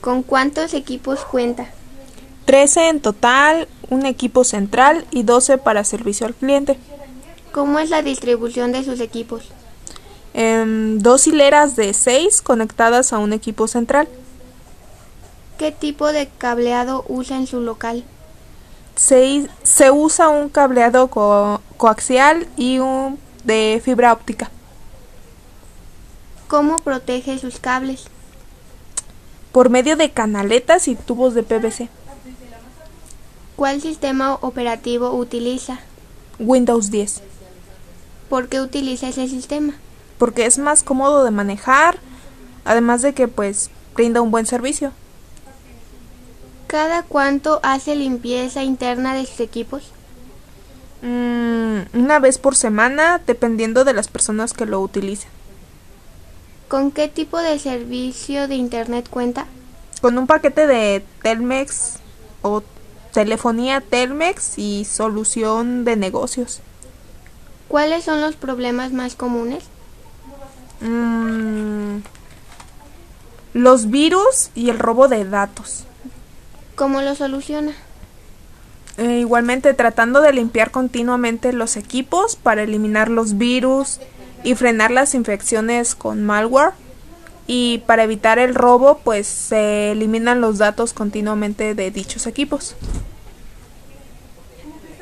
¿Con cuántos equipos cuenta? 13 en total, un equipo central y 12 para servicio al cliente. ¿Cómo es la distribución de sus equipos? Em, dos hileras de 6 conectadas a un equipo central. ¿Qué tipo de cableado usa en su local? Se, i- se usa un cableado co- coaxial y un de fibra óptica. ¿Cómo protege sus cables? por medio de canaletas y tubos de PVC. ¿Cuál sistema operativo utiliza? Windows 10, ¿Por qué utiliza ese sistema? porque es más cómodo de manejar, además de que pues brinda un buen servicio. ¿Cada cuánto hace limpieza interna de sus equipos? Mm, una vez por semana, dependiendo de las personas que lo utilicen. ¿Con qué tipo de servicio de Internet cuenta? Con un paquete de Telmex o telefonía Telmex y solución de negocios. ¿Cuáles son los problemas más comunes? Mm, los virus y el robo de datos. ¿Cómo los soluciona? Eh, igualmente tratando de limpiar continuamente los equipos para eliminar los virus y frenar las infecciones con malware. Y para evitar el robo, pues se eliminan los datos continuamente de dichos equipos.